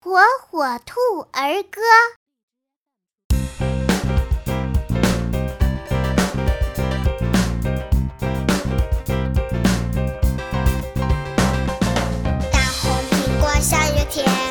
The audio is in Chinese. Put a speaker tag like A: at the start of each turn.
A: 火火兔儿歌》。大红苹果，下雨天。